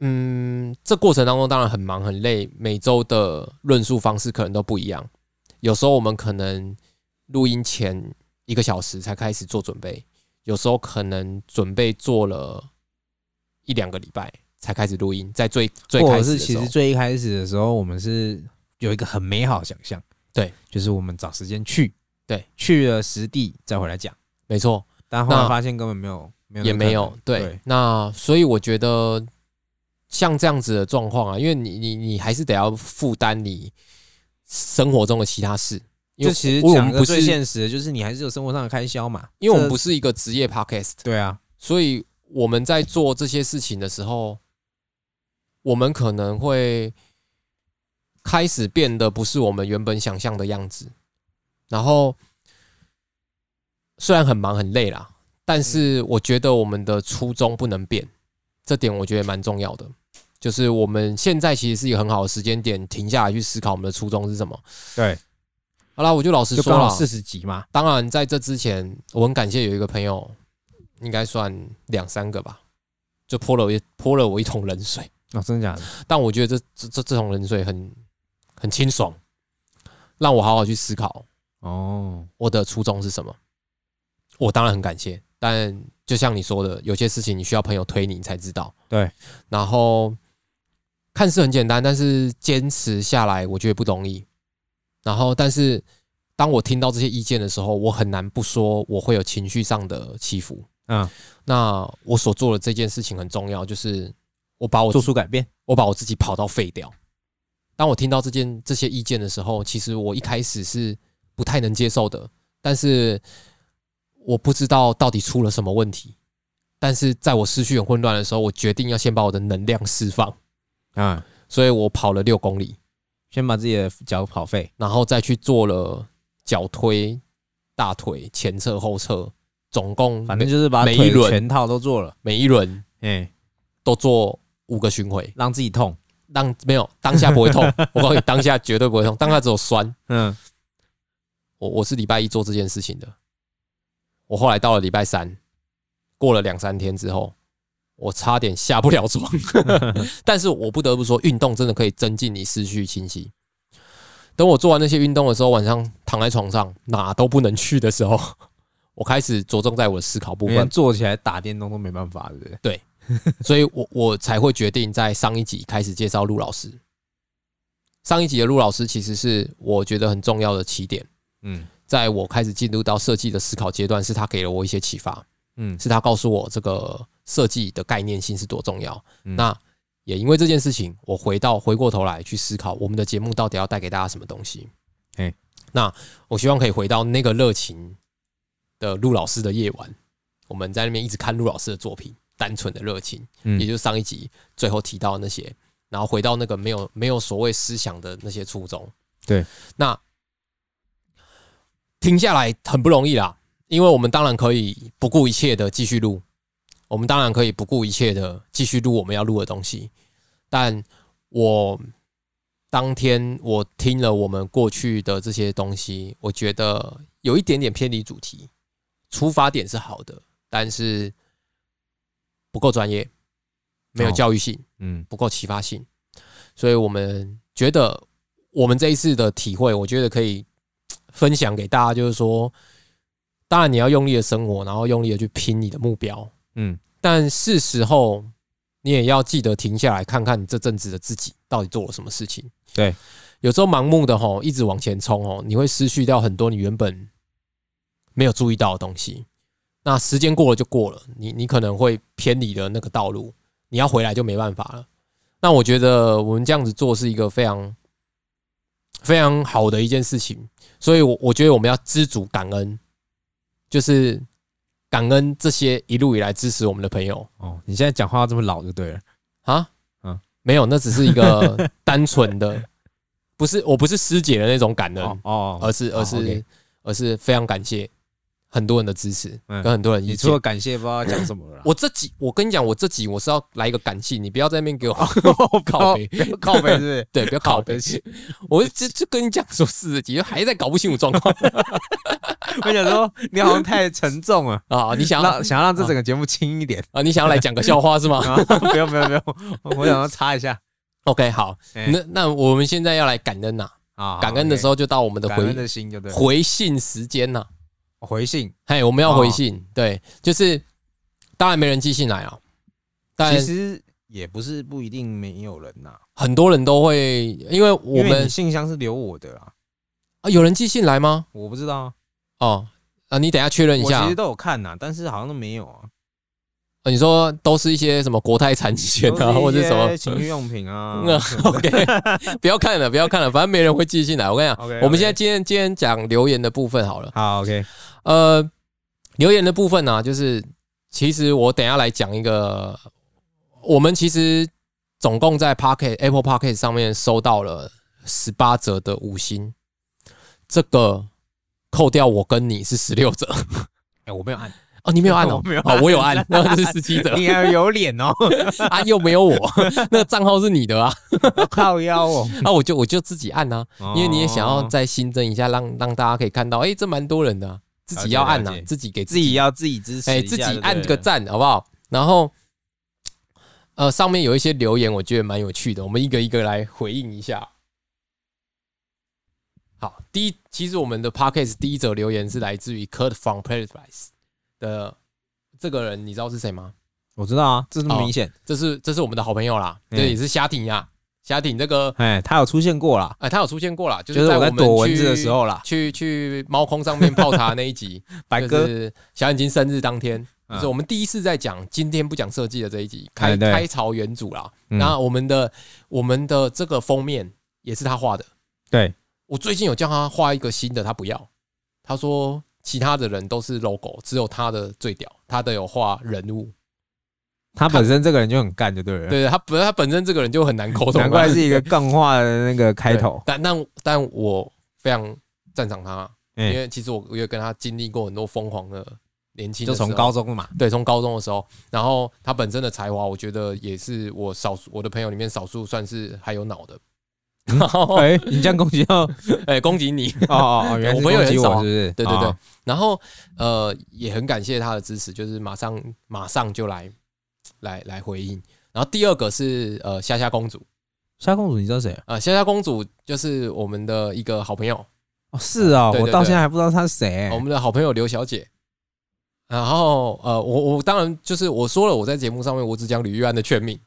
S1: 嗯，这过程当中当然很忙很累，每周的论述方式可能都不一样。有时候我们可能录音前一个小时才开始做准备，有时候可能准备做了一两个礼拜才开始录音，在最最
S2: 或
S1: 开
S2: 者
S1: 始
S2: 是
S1: 的
S2: 其
S1: 时候
S2: 实，最一开始的时候，我们是有一个很美好的想象，
S1: 对，
S2: 就是我们找时间去，
S1: 对，
S2: 去了实地再回来讲，
S1: 没错，
S2: 但后来
S1: 那
S2: 发现根本没有，没有那
S1: 也
S2: 个
S1: 没
S2: 可
S1: 有
S2: 能
S1: 对。那所以我觉得像这样子的状况啊，因为你你你还是得要负担你生活中的其他事。因
S2: 就
S1: 为
S2: 其实
S1: 我我
S2: 讲
S1: 们
S2: 的
S1: 不
S2: 最
S1: 是
S2: 现实的就是你还是有生活上的开销嘛，
S1: 因为我们
S2: 这
S1: 不是一个职业 podcast，
S2: 对啊，
S1: 所以我们在做这些事情的时候，我们可能会开始变得不是我们原本想象的样子。然后虽然很忙很累啦，但是
S2: 嗯
S1: 我觉得我们的初衷不能变，这点我觉得蛮重要的。就是我们现在其实是一个很好的时间点，停下来去思考我们的初衷是什么。
S2: 对，
S1: 好啦，我就老实
S2: 就
S1: 说
S2: 刚好
S1: 了，
S2: 四十集嘛，
S1: 当然，在这之前，我很感谢有一个朋友，应该算两三个吧，就泼了我一泼了我一桶冷水。
S2: 哦，真的假的？
S1: 但我觉得这这这这桶冷水很很清爽，让我好好去思考
S2: 哦，
S1: 我的初衷是什么。我当然很感谢，但就像你说的，有些事情你需要朋友推你你才知道。
S2: 对，
S1: 然后看似很简单，但是坚持下来，我觉得不容易。然后，但是当我听到这些意见的时候，我很难不说我会有情绪上的起伏。
S2: 嗯，
S1: 那我所做的这件事情很重要，就是我把我
S2: 做出改变，
S1: 我把我自己跑到废掉。当我听到这件这些意见的时候，其实我一开始是不太能接受的，但是我不知道到底出了什么问题。但是在我思绪很混乱的时候，我决定要先把我的能量释放，
S2: 啊，
S1: 所以我跑了六公里，
S2: 先把自己的脚跑废，
S1: 然后再去做了脚推、大腿前侧、后侧，总共
S2: 反正就是把
S1: 每一
S2: 腿
S1: 轮
S2: 全套都做了，
S1: 每一轮
S2: 哎，
S1: 都做五个巡回，
S2: 让自己痛，
S1: 当没有当下不 会痛，我告诉你，当下绝对不会痛，当下只有酸。
S2: 嗯，
S1: 我我是礼拜一做这件事情的，我后来到了礼拜三，过了两三天之后，我差点下不了床。 但是我不得不说，运动真的可以增进你思绪清晰。等我做完那些运动的时候，晚上躺在床上哪都不能去的时候，我开始着重在我的思考部
S2: 连
S1: 分，
S2: 坐起来打电动都没办法，对不对？
S1: 所以我我才会决定在上一集开始介绍陆老师。上一集的陆老师其实是我觉得很重要的起点。
S2: 嗯
S1: 在我开始进入到设计的思考阶段，是他给了我一些启发，
S2: 嗯，
S1: 是他告诉我这个设计的概念性是多重要。
S2: 嗯
S1: 那也因为这件事情，我回到回过头来去思考我们的节目到底要带给大家什么东西。
S2: 嘿
S1: 那我希望可以回到那个热情的陆老师的夜晚，我们在那边一直看陆老师的作品，单纯的热情，
S2: 嗯
S1: 也就是上一集最后提到的那些，然后回到那个没有没有所谓思想的那些初衷。
S2: 对，
S1: 那停下来很不容易啦，因为我们当然可以不顾一切的继续录，我们当然可以不顾一切的继续录我们要录的东西，但我当天我听了我们过去的这些东西，我觉得有一点点偏离主题，出发点是好的，但是不够专业，没有
S2: 哦
S1: 教育性。
S2: 嗯
S1: 不够启发性，所以我们觉得我们这一次的体会，我觉得可以分享给大家，就是说，当然你要用力的生活，然后用力的去拼你的目标，
S2: 嗯，
S1: 但是时候你也要记得停下来看看你这阵子的自己到底做了什么事情。
S2: 对，
S1: 有时候盲目的吼一直往前冲哦，你会失去掉很多你原本没有注意到的东西。那时间过了就过了，你你可能会偏离了那个道路，你要回来就没办法了。那我觉得我们这样子做是一个非常非常好的一件事情，所以我我觉得我们要知足感恩，就是感恩这些一路以来支持我们的朋友
S2: 哦，你现在讲话要这么老就对了，
S1: 啊。
S2: 嗯
S1: 没有，那只是一 个单纯的，不是我不是师姐的那种感恩，
S2: 哦哦，
S1: 而是而是、
S2: 哦，OK
S1: 而是非常感谢很多人的支持
S2: 嗯
S1: 跟很多人意
S2: 你
S1: 见
S2: 除。了感谢，不知道讲什么了啦。
S1: 我这集我跟你讲，我这集我是要来一个感性，你不要在那边给我 靠
S2: 靠
S1: 北，？
S2: 哦不要靠背是不是
S1: 对，不要靠
S2: 靠
S1: 背
S2: 北。是，
S1: 我就就跟你讲说四十集还在搞不清楚状况
S2: 我想说你好像太沉重了，
S1: 啊！你想要
S2: 让想要让这整个节目轻一点
S1: 啊？你想要来讲个笑话是吗？
S2: 啊！不用不用不用，我想要擦一下
S1: OK，好，
S2: 哎
S1: 那那我们现在要来感恩呐、
S2: 啊。
S1: 感恩的时
S2: 候，
S1: 候就到我们的
S2: 感恩
S1: 回
S2: 的心就对了。
S1: 回信时间呐、
S2: 回信，
S1: 嘿，我们要回
S2: 哦
S1: 信，对，就是当然没人寄信来啊，但
S2: 其实也不是不一定没有人呐，
S1: 很多人都会，因为我
S2: 因为
S1: 们
S2: 你信箱是留我的啊，
S1: 啊有人寄信来吗？
S2: 我不知道啊，
S1: 哦，啊，你等一下确认一
S2: 我
S1: 下
S2: 其
S1: 啊
S2: 实、都有看呐，但是好像都没有啊，
S1: 哦你说都是一些什么国泰产险啊，
S2: 都
S1: 或
S2: 是一
S1: 者
S2: 些
S1: 什么嗯
S2: 情趣用品 啊。
S1: 那 OK，不要看了，不要看了，反正没人会寄信来。我跟你讲
S2: OK，OK
S1: 我们现在今天今天讲留言的部分好了。
S2: 好，OK，
S1: 呃，留言的部分呢、就是其实我等一下来讲一个，我们其实总共在 Pocket Apple Pocket 上面收到了十八折的五星，这个扣掉我跟你是十六折
S2: 哎，我没有按，
S1: 哦，你没有按哦，
S2: 我没有
S1: 哦
S2: 按，
S1: 我有按，那是十七折
S2: 你还有脸哦，
S1: 啊，又没有我， 那个账号是你的啊，
S2: 靠腰哦，
S1: 啊，我就我就自己按啊， 因为你也想要
S2: 哦
S1: 再新增一下，让让大家可以看到，哎，这蛮多人的啊、自己要按呐、
S2: 了解
S1: 自己给
S2: 自己要自己支持，
S1: 哎、自己按个，赞好不好？然后，呃，上面有一些留言，我觉得蛮有趣的，我们一个一个来回应一下。好，第一，其实我们的 podcast 第一则留言是来自于 Kurt from Paradise 的这个人，你知道是谁吗？
S2: 我知道啊，这是
S1: 哦
S2: 明显，
S1: 这是这是我们的好朋友啦，
S2: 嗯
S1: 这也是虾艇呀，虾艇这个，
S2: 哎，他有出现过啦，
S1: 哎、他有出现过啦，就
S2: 就是是
S1: 在
S2: 我在
S1: 们
S2: 躲蚊子的
S1: 去
S2: 时。候啦，
S1: 去去猫空上面泡茶那一 集，
S2: 白
S1: 就
S2: 哥
S1: 是小眼睛生日当天，
S2: 嗯
S1: 就是我们第一次在讲今天不讲设计的这一集，开
S2: 哎对
S1: 开朝元主啦。
S2: 嗯
S1: 那我们的我们的这个封面也是他画的。
S2: 对，
S1: 我最近有叫他画一个新的，他不要，他说其他的人都是 logo，只有他的最屌，他的有画人物。
S2: 他本身这个人就很干，就对了，
S1: 对他本他本身这个人就很难沟通啊，
S2: 难怪是一个杠话的那个开头
S1: 对，但但但我非常赞赏他，
S2: 嗯
S1: 因为其实我我也跟他经历过很多疯狂的年轻
S2: 就
S1: 的时候，
S2: 从高中嘛，
S1: 对，从高中的时候，然后他本身的才华，我觉得也是我少数我的朋友里面少数算是还有脑的。然后，
S2: 哎，你这样攻击到，哦
S1: 哎，恭喜你！
S2: 哦哦，原来
S1: 我
S2: 是
S1: 朋友
S2: 攻
S1: 也很
S2: 击
S1: 少啊
S2: 我，是不是？
S1: 对对对
S2: 哦，，
S1: 然后呃，也很感谢他的支持，就是马上马上就来来来回应。然后第二个是呃夏夏公主，
S2: 夏公主你知道谁啊？
S1: 呃夏夏公主就是我们的一个好朋友，
S2: 哦，是啊，
S1: 对对
S2: 我
S1: 对
S2: 到现在还不知道他是谁
S1: 哦我，们的好朋友刘小姐。然后呃，我我当然就是我说了，我在节目上面我只讲吕玉安的全名。啊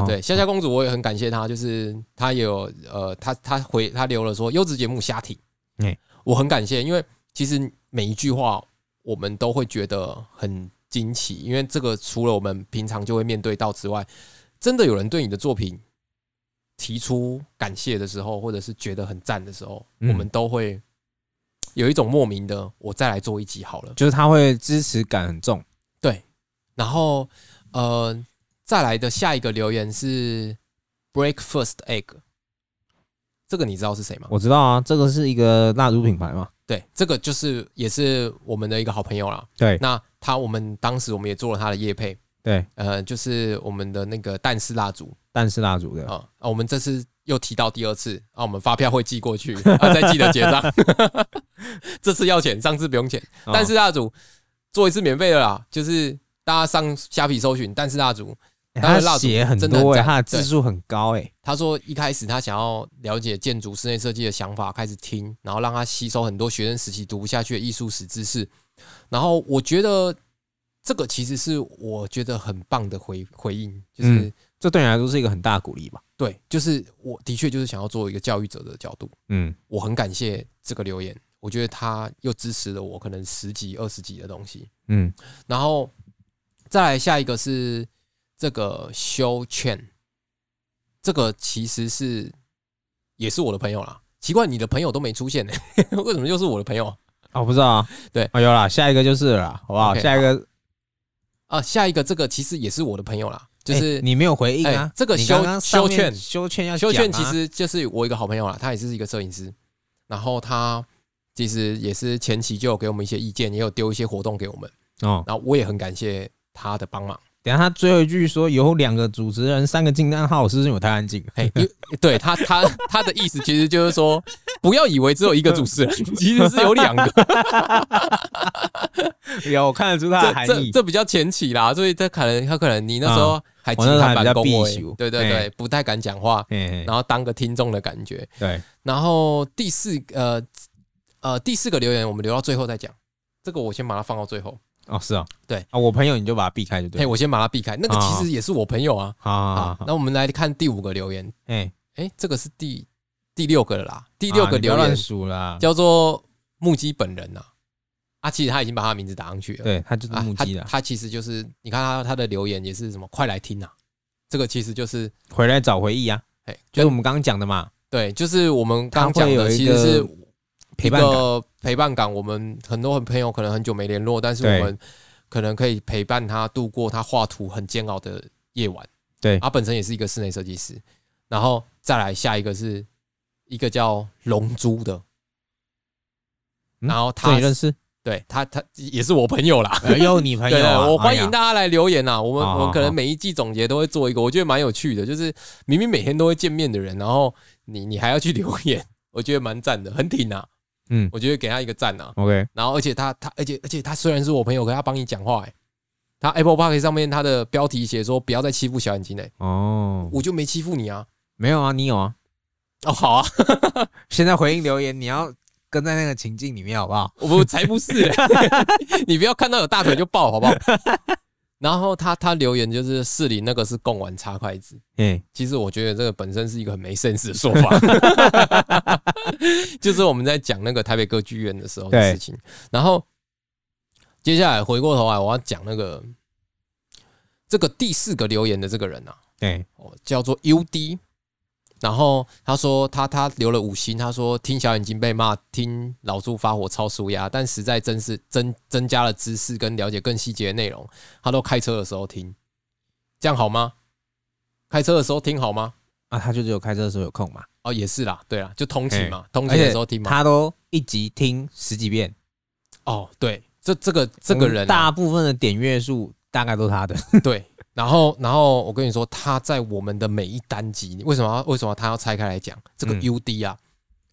S2: 哦，，
S1: 对，夏夏公主我也很感谢她，就是她也有呃，她她回她留了说优质节目瞎听，
S2: 哎
S1: 我很感谢，因为其实每一句话我们都会觉得很惊奇，因为这个除了我们平常就会面对到之外，真的有人对你的作品提出感谢的时候，或者是觉得很赞的时候，
S2: 嗯
S1: 我们都会有一种莫名的我再来做一集好了。
S2: 就是他会支持感很重，
S1: 然后呃，再来的下一个留言是 breakfast egg，这个你知道是谁吗？
S2: 我知道啊，这个是一个蜡烛品牌嘛，
S1: 对，这个就是也是我们的一个好朋友啦。
S2: 对
S1: 那他我们当时我们也做了他的业配，
S2: 对，
S1: 呃，就是我们的那个蛋式蜡烛
S2: 但是蜡烛的，
S1: 啊啊，我们这次又提到第二次啊，我们发票会寄过去啊，再记得结 账。这次要钱，上次不用钱。
S2: 哦
S1: 蛋式蜡烛做一次免费的啦，就是大家上虾皮搜寻蛋式蜡烛。
S2: 欸
S1: 它
S2: 它
S1: 的
S2: 的
S1: 哎蜡烛
S2: 血很
S1: 真的很
S2: 多哎，
S1: 赞
S2: 它的
S1: 对
S2: 字数很高哎，
S1: 他说一开始他想要了解建筑室内设计的想法，开始听，然后让他吸收很多学生时期读不下去的艺术史知识。然后我觉得这个其实是我觉得很棒的回回应，就是、
S2: 嗯这对你来说是一个很大的鼓励吧？
S1: 对，就是我的确就是想要做一个教育者的角度，
S2: 嗯，
S1: 我很感谢这个留言，我觉得他又支持了我可能十几二十几的东西。
S2: 嗯，
S1: 然后再来下一个是这个修券，这个其实是也是我的朋友啦。奇怪，你的朋友都没出现呢、 为什么又是我的朋友
S2: 哦，不知道啊，
S1: 对
S2: 哦，有啦，下一个就是了啦，好不好？
S1: OK，
S2: 下一个哎
S1: 啊？下一个这个其实也是我的朋友啦，就是、
S2: 欸你没有回应啊
S1: 哎，这个
S2: 你
S1: 修
S2: 刚刚上面
S1: 修券
S2: 修券要
S1: 修
S2: 讲
S1: 券其
S2: 啊
S1: 实就是我一个好朋友啦，他也是一个摄影师，然后他其实也是前期就有给我们一些意见，也有丢一些活动给我们，
S2: 哦，
S1: 然后我也很感谢他的帮忙。
S2: 等一下他最后一句说有两个主持人，三个惊叹号，是不是有太 安静？
S1: 嘿，哎因为对他，他他的意思其实就是说，不要以为只有一个主持人，其实是有两个。
S2: 有，我看得出他的
S1: 这
S2: 含
S1: 这
S2: 义。嗯
S1: 这比较前期啦，所以他可能他可能你那时候还
S2: 我那时候还比
S1: 办
S2: 较
S1: 公
S2: 避俗
S1: 欸对对对，不太敢讲话，
S2: 嘿嘿
S1: 然后当个听众的感觉。
S2: 对，
S1: 然后第四呃呃第四个留言，我们留到最后再讲。这个我先把它放到最后，
S2: 哦，是哦，
S1: 对
S2: 啊，我朋友你就把它避开就对
S1: 嘿，
S2: 了。
S1: 我先把它避开。那个其实也是我朋友啊。
S2: 好好
S1: 好，
S2: 好，
S1: 那我们来看第五个留言，
S2: 哎，
S1: 哎，这个是第第六个了啦，第六
S2: 啊
S1: 个
S2: 你不要
S1: 留言
S2: 乱数啦，
S1: 啊叫做木基本人呐、啊。其实他已经把他的名字打上去了。
S2: 对，他就是
S1: 啊，
S2: 目
S1: 他
S2: 击的，
S1: 他其实就是你看他他的留言也是什么，快来听啊！这个其实就是
S2: 回来找回忆啊，
S1: 哎，
S2: 就是
S1: 就
S2: 我们刚刚讲的嘛，
S1: 对，就是我们刚
S2: 他
S1: 讲
S2: 会有
S1: 的，
S2: 一
S1: 其
S2: 个
S1: 实是
S2: 陪
S1: 一
S2: 伴感。
S1: 个陪伴感。我们很多朋友可能很久没联络，但是
S2: 对
S1: 我们可能可以陪伴他度过他画图很煎熬的夜晚。
S2: 对
S1: 他本身也是一个室内设计师，然后再来下一个是一个叫龙珠的，
S2: 嗯
S1: 然后
S2: 这
S1: 他
S2: 你认识？
S1: 对他他也是我朋友啦，
S2: 哎呦，你朋 友
S1: 对对，
S2: 啊，
S1: 我欢
S2: 哎
S1: 迎
S2: 呀
S1: 大家来留言啊！我们
S2: 好好
S1: 我们可能
S2: 好
S1: 每一季总结都会做一个，我觉得蛮有趣的，就是明明每天都会见面的人，然后你你还要去留言，我觉得蛮赞的，很挺啊！
S2: 嗯
S1: 我觉得给他一个赞啊！
S2: ，OK，
S1: 然后而且他他而且而且他虽然是我朋友，可他帮你讲话哎、他 Apple Park 上面他的标题写说不要再欺负小眼睛哎、
S2: 哦，
S1: 我就没欺负你啊！
S2: 没有啊，你有啊。
S1: 哦，好啊，
S2: 现在回应留言，你要跟在那个情境里面，好不好？
S1: 我不才不是、 欸，你不要看到有大腿就抱好不好？然后他他留言就是市里那个是贡丸插筷子。
S2: 嗯，
S1: 其实我觉得这个本身是一个很没 sense 的说法，就是我们在讲那个台北歌剧院的时候的
S2: 对
S1: 事情。然后接下来回过头来，我要讲那个这个第四个留言的这个人啊，
S2: 对，
S1: 哦，叫做 UD。然后他说他他留了五星，他说听小眼睛被骂，听老朱发火超舒压，但实在真是增增加了知识跟了解更细节的内容。他都开车的时候听，这样好吗？开车的时候听好吗？
S2: 啊，他就只有开车的时候有空嘛，
S1: 哦，也是啦，对啦，就通勤嘛，通
S2: 而
S1: 勤
S2: 且
S1: 的时候听嘛。
S2: 他都一集听十几遍。
S1: 哦，对，这这个这个人、啊、
S2: 大部分的点阅数大概都他的。
S1: 对，然后然后我跟你说，他在我们的每一单集，为什么要为什么他要拆开来讲？这个
S2: 嗯
S1: UD 啊，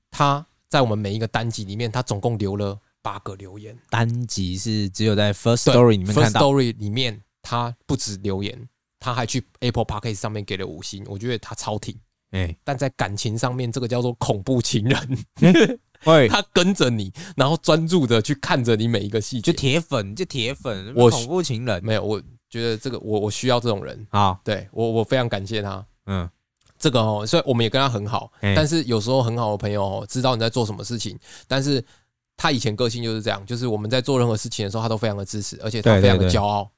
S1: 他在我们每一个单集里面，他总共留了八个留言。
S2: 单集是只有在 First
S1: 对
S2: Story 里面
S1: First
S2: 看到。
S1: Story 里面，他不止留言，他还去 Apple Podcast 上面给了五星，我觉得他超挺。
S2: 哎，
S1: 但在感情上面，这个叫做恐怖情人，
S2: 喂，
S1: 他跟着你，然后专注的去看着你每一个细
S2: 就
S1: 节。
S2: 铁粉，就铁粉，
S1: 我
S2: 恐怖情人。
S1: 没有，我觉得这个我我需要这种人，
S2: 好，
S1: 对我我非常感谢他。
S2: 嗯，
S1: 这个哦，所以我们也跟他很好，
S2: 嗯
S1: 但是有时候很好的朋友哦，知道你在做什么事情，但是他以前个性就是这样，就是我们在做任何事情的时候，他都非常的支持，而且他
S2: 对对
S1: 非常的
S2: 对
S1: 骄傲。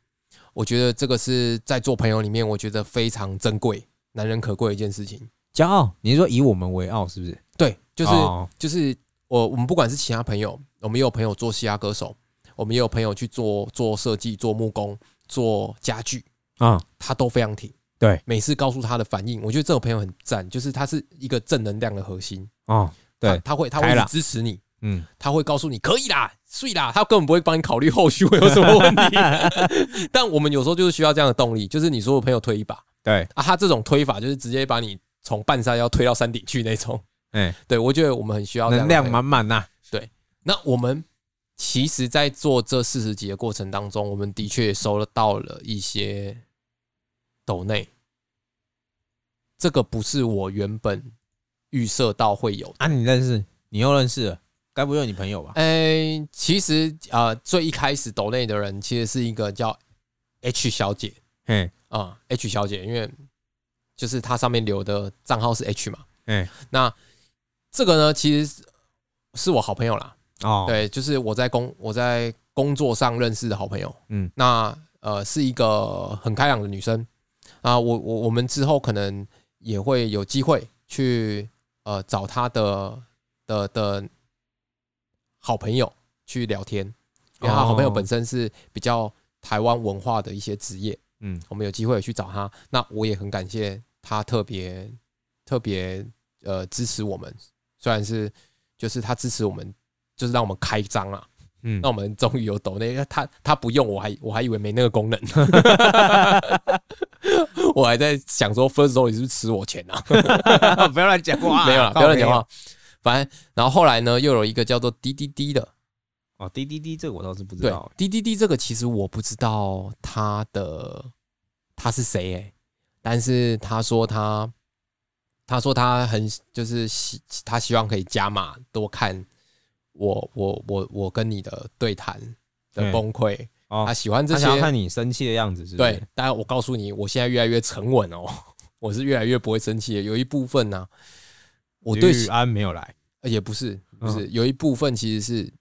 S1: 我觉得这个是在做朋友里面，我觉得非常珍贵、难能可贵的一件事情。
S2: 骄傲，你是说以我们为傲是不是？
S1: 对，就是、
S2: 哦
S1: 就是我我们不管是其他朋友，我们也有朋友做嘻哈歌手，我们也有朋友去做做设计、做木工、做家具，
S2: 啊，
S1: 他都非常挺。
S2: 对，
S1: 每次告诉他的反应，我觉得这种朋友很赞，就是他是一个正能量的核心。
S2: 哦，对
S1: 他他会他
S2: 开
S1: 会一直
S2: 朗
S1: 支持你，
S2: 嗯，
S1: 他会告诉你可以啦，睡啦，他根本不会帮你考虑后续会有什么问 题。但我们有时候就是需要这样的动力，就是你说的朋友推一把
S2: 对，
S1: 啊，他这种推法就是直接把你从半山腰推到山顶去那种。
S2: 哎，
S1: 对我觉得我们很需要这样
S2: 能
S1: 的
S2: 量
S1: 朋友
S2: 满满啊呐，
S1: 那我们其实，在做这四十集的过程当中，我们的确收到了一些抖内，这个不是我原本预设到会有的。
S2: 啊，你认识，你又认识了，该不会有你朋友吧？
S1: 哎、其实呃，最一开始抖内的人其实是一个叫 H 小姐
S2: 嘿，
S1: 啊、h 小姐，因为就是她上面留的账号是 H 嘛。
S2: 哎，
S1: 那这个呢，其实是是我好朋友啦，
S2: 哦，，
S1: 对，就是我在工我在工作上认识的好朋友，
S2: 嗯
S1: 嗯，那呃是一个很开朗的女生啊，我我我们之后可能也会有机会去呃找她的的的好朋友去聊天，因为她好朋友
S2: 哦
S1: 本身是比较台湾文化的一些职业，
S2: 嗯，
S1: 我们有机会去找她，那我也很感谢她特别特别呃支持我们，虽然是就是她支持我们，就是让我们开张啊。
S2: 嗯
S1: 那，我们终于有抖那个，他他不用，我还我还以为没那个 功能，我还在想说 First Story 是不是吃我钱啊？
S2: 不要乱讲 话，啊
S1: 没有啦，不
S2: 靠
S1: 要乱讲
S2: 背
S1: 话。反正，然后后来呢，又有一个叫做滴滴滴的，
S2: 哦，滴滴滴，这个我倒是不知
S1: 对
S2: 道。，
S1: 滴滴滴这个其实我不知道他的他是谁诶、欸但是他说他他说他很就是希他希望可以加码多看我我我我跟你的对谈的
S2: 嗯
S1: 崩溃，
S2: 哦
S1: 他喜欢这
S2: 他
S1: 些
S2: 想要看你生气的样子，是不是？
S1: 对，，但我告诉你，我现在越来越沉稳哦， 我是越来越不会生气的。有一部分呢、啊我对
S2: 玉安没有来，
S1: 呃也不是不是、
S2: 嗯
S1: 有一部分其实是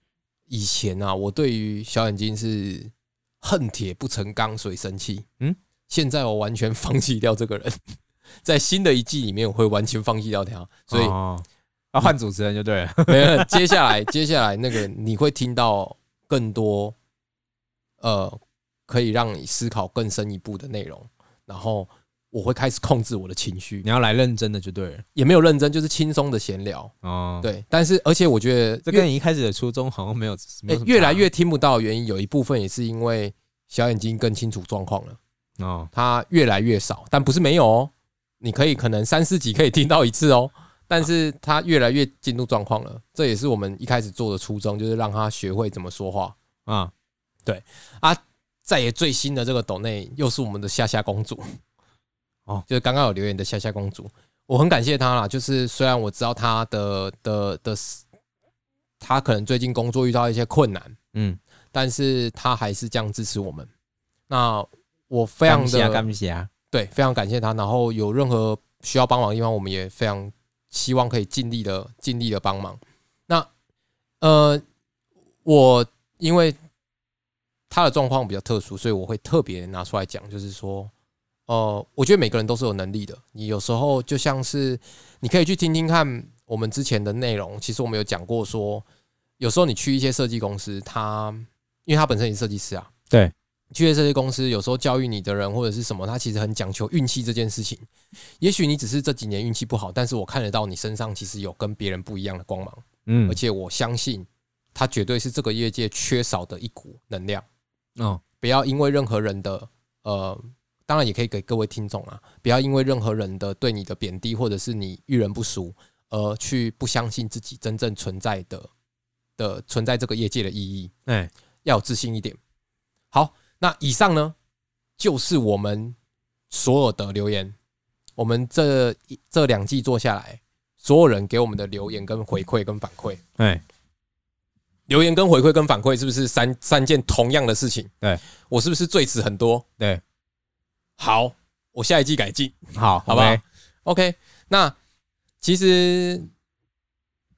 S1: 以前啊，我对于小眼睛是恨铁不成钢，所以生气。
S2: 嗯，
S1: 现在我完全放弃掉这个人， 在新的一季里面，我会完全放弃掉他，所以
S2: 哦要换主持人就对了。
S1: 没有，接下来接下来那个你会听到更多，呃，可以让你思考更深一步的内容。然后我会开始控制我的情绪
S2: 你，要来认真的就对了。
S1: 也没有认真，就是轻松的闲聊。
S2: 哦，，
S1: 对，但是而且我觉得
S2: 这
S1: 越、
S2: 跟你一开始的初衷好像没有，没
S1: 诶
S2: 有什么
S1: 越来
S2: 差
S1: 越听不到的原因，有一部分也是因为小眼睛更清楚状况了，
S2: 哦，
S1: 它越来越少，但不是没有哦。你可以可能三四集可以听到一次哦，但是它越来越进入状况了。这也是我们一开始做的初衷，就是让他学会怎么说话。
S2: 啊，
S1: 再也最新的这个抖内又是我们的夏夏公主，
S2: 哦
S1: 哦，就是刚刚有留言的夏夏公主，我很感谢她啦。就是虽然我知道她的的的，她可能最近工作遇到一些困难，
S2: 嗯，
S1: 但是她还是这样支持我们。那我非
S2: 非
S1: 常
S2: 干
S1: 的
S2: 不啊，
S1: 对，非常感谢她。然后有任何需要帮忙的地方，我们也非常希望可以尽力的尽力的帮忙。那呃，我因为他的状况比较特殊，所以我会特别拿出来讲，就是说，呃，我觉得每个人都是有能力的。你有时候就像是你可以去听听看我们之前的内容，其实我们有讲过说，有时候你去一些设计公司，他因为他本身也是设计师啊，
S2: 对。
S1: 去一些设计公司，有时候教育你的人或者是什么，他其实很讲求运气这件事情。也许你只是这几年运气不好，但是我看得到你身上其实有跟别人不一样的光芒。
S2: 嗯
S1: 而，且我相信他绝对是这个业界缺少的一股能量。
S2: 哦，
S1: 不要因为任何人的呃，当然也可以给各位听众啊，不要因为任何人的对你的贬低或者是你遇人不淑，而去不相信自己真正存在的的存在这个业界的意义。
S2: 哎，
S1: 要有自信一点。好，那以上呢就是我们所有的留言，我们这一这两季做下来，所有人给我们的留言跟回馈跟反馈，
S2: 哎，
S1: 留言跟回馈跟反馈是不是三三件同样的事情？
S2: 对
S1: 我是不是最词很多？
S2: 对，
S1: 好，我下一季改进。
S2: 好，
S1: 好不好
S2: OK，
S1: OK，那其实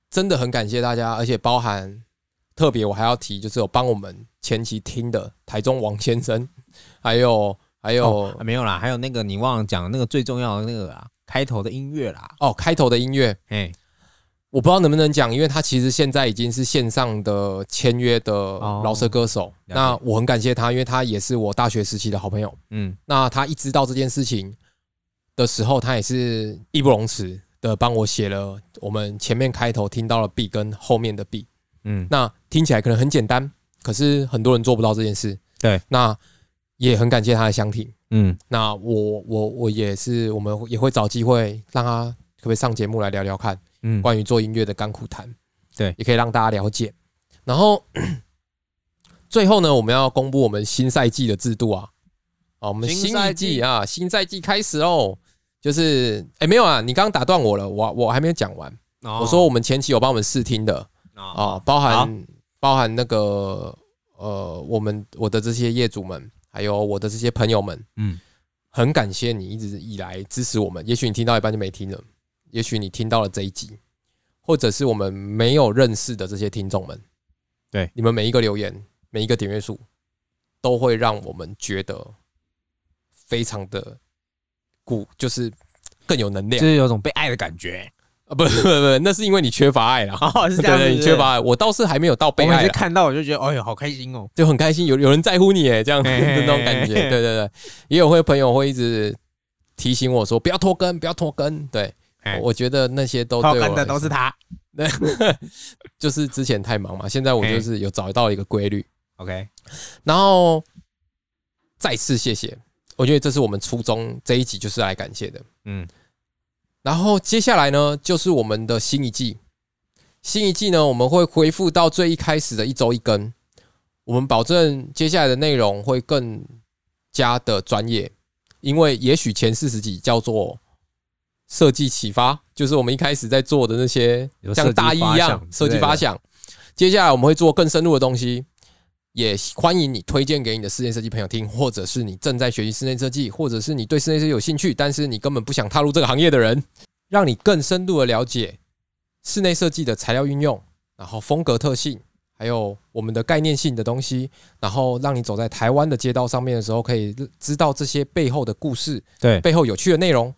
S1: 真的很感谢大家，而且包含特别我还要提，就是有帮我们前期听的台中王先生，还有还有
S2: 哦
S1: 哦，
S2: 啊没有啦，还有那个你
S1: 哦
S2: 忘了讲那个最重要的那个啊，开头的音乐啦，
S1: 开头的音乐，
S2: 哎，
S1: 我不知道能不能讲，因为他其实现在已经是线上的签约的饶舌歌手。
S2: 哦了解
S1: 那我很感谢他，因为他也是我大学时期的好朋友。
S2: 嗯，
S1: 那他一知道这件事情的时候，他也是义不容辞的帮我写了我们前面开头听到了 B 跟后面的 B。
S2: 嗯，
S1: 那听起来可能很简单，可是很多人做不到这件事。
S2: 对，
S1: 那也很感谢他的相挺。
S2: 嗯，
S1: 那我我我也是，我们也会找机会让他可不可以上节目来聊聊看
S2: 嗯，
S1: 关于做音乐的甘苦谈，
S2: 对
S1: 也可以让大家了解。然后 最后呢，我们要公布我们新赛季的制度啊，啊，我们
S2: 新
S1: 新
S2: 赛
S1: 一
S2: 季
S1: 季啊，新赛季开始哦。就是哎，没有啊，你刚刚打断我了，我我还没有讲完。我
S2: 我
S1: 说我们前期有帮我们试听的，
S2: 啊，
S1: 啊，包
S2: 哦好
S1: 含包含那个呃，我们我的这些业主们，还有我的这些朋友们，
S2: 嗯，
S1: 很感谢你一直以来支持我们。也许你听到一半就没听了，也许你听到了这一集，或者是我们没有认识的这些听众们，
S2: 对
S1: 你们每一个留言，每一个点阅数，都会让我们觉得非常的鼓，就是更有能
S2: 就
S1: 量。
S2: 是有种被爱的感觉。
S1: 啊，不不不不，那是因为你缺乏爱啦。
S2: 哦， 是
S1: 对对，你缺乏爱，我倒是还没有到被
S2: 我每
S1: 爱啊
S2: 次
S1: 啦。
S2: 看到我就觉得，哎呦，好开心哦。
S1: 就很开心，有有人在乎你哎，这样
S2: 嘿嘿嘿
S1: 那种感觉，对对对，也有会朋友会一直提醒我说不要拖更，不要拖更，对
S2: 哎
S1: 我觉得那些都
S2: 好
S1: 对我
S2: 跟的都是他。
S1: 对，就是之前太忙嘛，现在我
S2: 嘿
S1: 就是有找到一个规律，
S2: OK，
S1: 然后再次谢谢，我觉得这是我们初衷这一集就是来感谢的，
S2: 嗯，
S1: 然后接下来呢就是我们的新一季，新一季呢我们会恢复到最一开始的一周一更。我们保证接下来的内容会更加的专业，因为也许前四十集叫做设计启发，就是我们一开始在做的那些
S2: 有
S1: 像大一一样
S2: 设
S1: 设
S2: 计
S1: 计
S2: 发
S1: 发想。接下来我们会做更深入的东西，也欢迎你推荐给你的室内设计朋友听，或者是你正在学习室内设计，或者是你对室内设计有兴趣，但是你根本不想踏入这个行业的人，让你更深入的了解室内设计的材料运用，然后风格特性，还有我们的概念性的东西，然后让你走在台湾的街道上面的时候，可以知道这些背后的故事，
S2: 对
S1: 背后有趣的内容，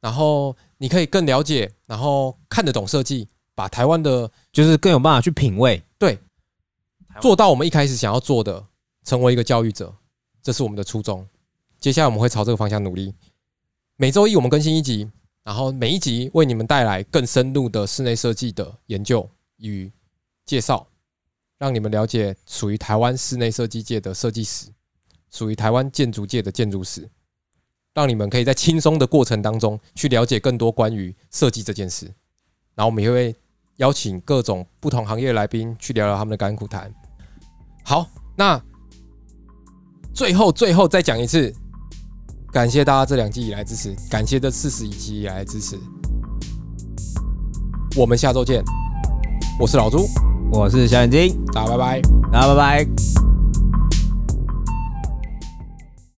S1: 然后你可以更了解，然后看得懂设计，把台湾的
S2: 就是更有办法去品味。
S1: 做到我们一开始想要做的，成为一个教育者，这是我们的初衷。接下来我们会朝这个方向努力。每周一我们更新一集，然后每一集为你们带来更深入的室内设计的研究与介绍，让你们了解属于台湾室内设计界的设计史，属于台湾建筑界的建筑史，让你们可以在轻松的过程当中去了解更多关于设计这件事。然后我们也会邀请各种不同行业的来宾去聊聊他们的甘苦谈。好，那最后最后再讲一次，感谢大家这两季以来支持，感谢这四十一集以来的支持。我们下周见，我是老朱，
S2: 我是小眼睛，
S1: 大家拜拜。
S2: 然后拜拜。